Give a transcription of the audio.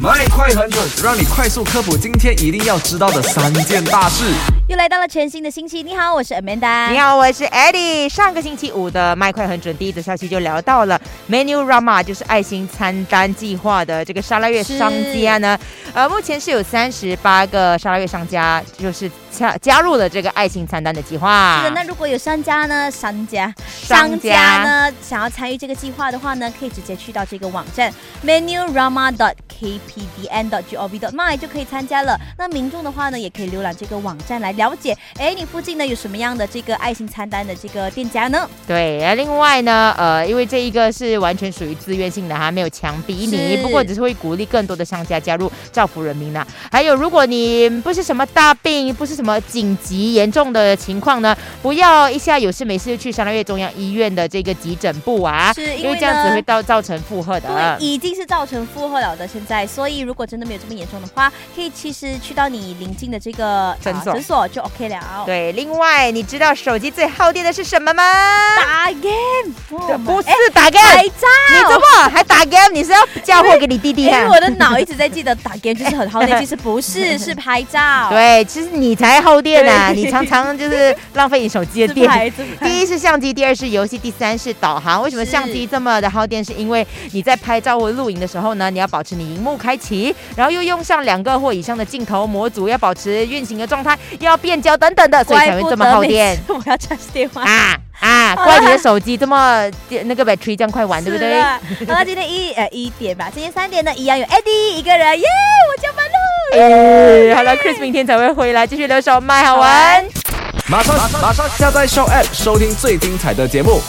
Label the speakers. Speaker 1: 麦快很准，让你快速科普今天一定要知道的三件大事。
Speaker 2: 又来到了全新的星期，你好，我是 Amanda。
Speaker 3: 你好，我是 Eddie。上个星期五的麦快很准第一则消息就聊到了 Menu Rama，就是爱心餐单计划的这个沙拉月
Speaker 2: 是
Speaker 3: 商家呢，呃，目前是有三十八个沙拉月商家就是加加入了这个爱心餐单的计划。
Speaker 2: 是的，那如果有商家呢，商家
Speaker 3: 商家
Speaker 2: 呢，想要参与这个计划的话呢，可以直接去到这个网站 menurama.kpdn.gov.my 就可以参加了。那民众的话呢，也可以浏览这个网站来了解，哎，你附近呢有什么样的这个爱心餐单的这个店家呢？
Speaker 3: 对，呃另外呢，呃，因为这一个是完全属于自愿性的哈，没有强逼你，
Speaker 2: 是
Speaker 3: 不过只是会鼓励更多的商家加入，造福人民啦。啊还有，如果你不是什么大病，不是什么紧急严重的情况呢，不要一下有事没事就去三个月中央医院的这个急诊部啊，
Speaker 2: 是因
Speaker 3: 因
Speaker 2: 为
Speaker 3: 为
Speaker 2: 呢
Speaker 3: 这样子会造造成负荷的。
Speaker 2: 对，已经是造成负荷了的。现在，所以如果真的没有这么严重的话，可以其实去到你邻近的这个
Speaker 3: 诊
Speaker 2: 啊
Speaker 3: 所
Speaker 2: 诊所就 OK 了。，
Speaker 3: 对，另外，你知道手机最耗电的是什么吗？
Speaker 2: 打 game，哦
Speaker 3: 不是
Speaker 2: 哎
Speaker 3: 打 game，、
Speaker 2: 拍照，
Speaker 3: 你怎么还打 game？你是要嫁祸给你弟弟
Speaker 2: 因
Speaker 3: 啊？
Speaker 2: 哎为我的脑一直在记得打 game 就是很耗 电，其实不是，是拍照。
Speaker 3: 对，其实你才耗电啊！
Speaker 2: 对
Speaker 3: 你常常就是浪费你手机的
Speaker 2: 自拍，
Speaker 3: 电。
Speaker 2: 自拍，
Speaker 3: 第一是相机，第二是游戏，第三是导航。为什么
Speaker 2: 是
Speaker 3: 相机这么的耗电？是因为你在拍照或录影的时候呢，你要保持你荧幕开启，然后又用上两个或以上的镜头模组，要保持运行的状态，又要变焦等等的，所以才
Speaker 2: 怪
Speaker 3: 会
Speaker 2: 不得
Speaker 3: 这么
Speaker 2: 每
Speaker 3: 耗电
Speaker 2: 次 我要 charge 电话。
Speaker 3: 啊 啊！
Speaker 2: 好
Speaker 3: 怪你
Speaker 2: 啦
Speaker 3: 的手机这么那个 battery 这样快完，对不
Speaker 2: 是啊
Speaker 3: 对？
Speaker 2: 的好了，今天一呃一点吧，今天三点呢一样有 Eddie 一个人，耶，我加班喽。
Speaker 3: 哎，好了，Chris 明天才会回来，继续留守麦好
Speaker 2: 好玩
Speaker 3: 玩。
Speaker 1: 马上马上下载 Show App 收听最精彩的节目，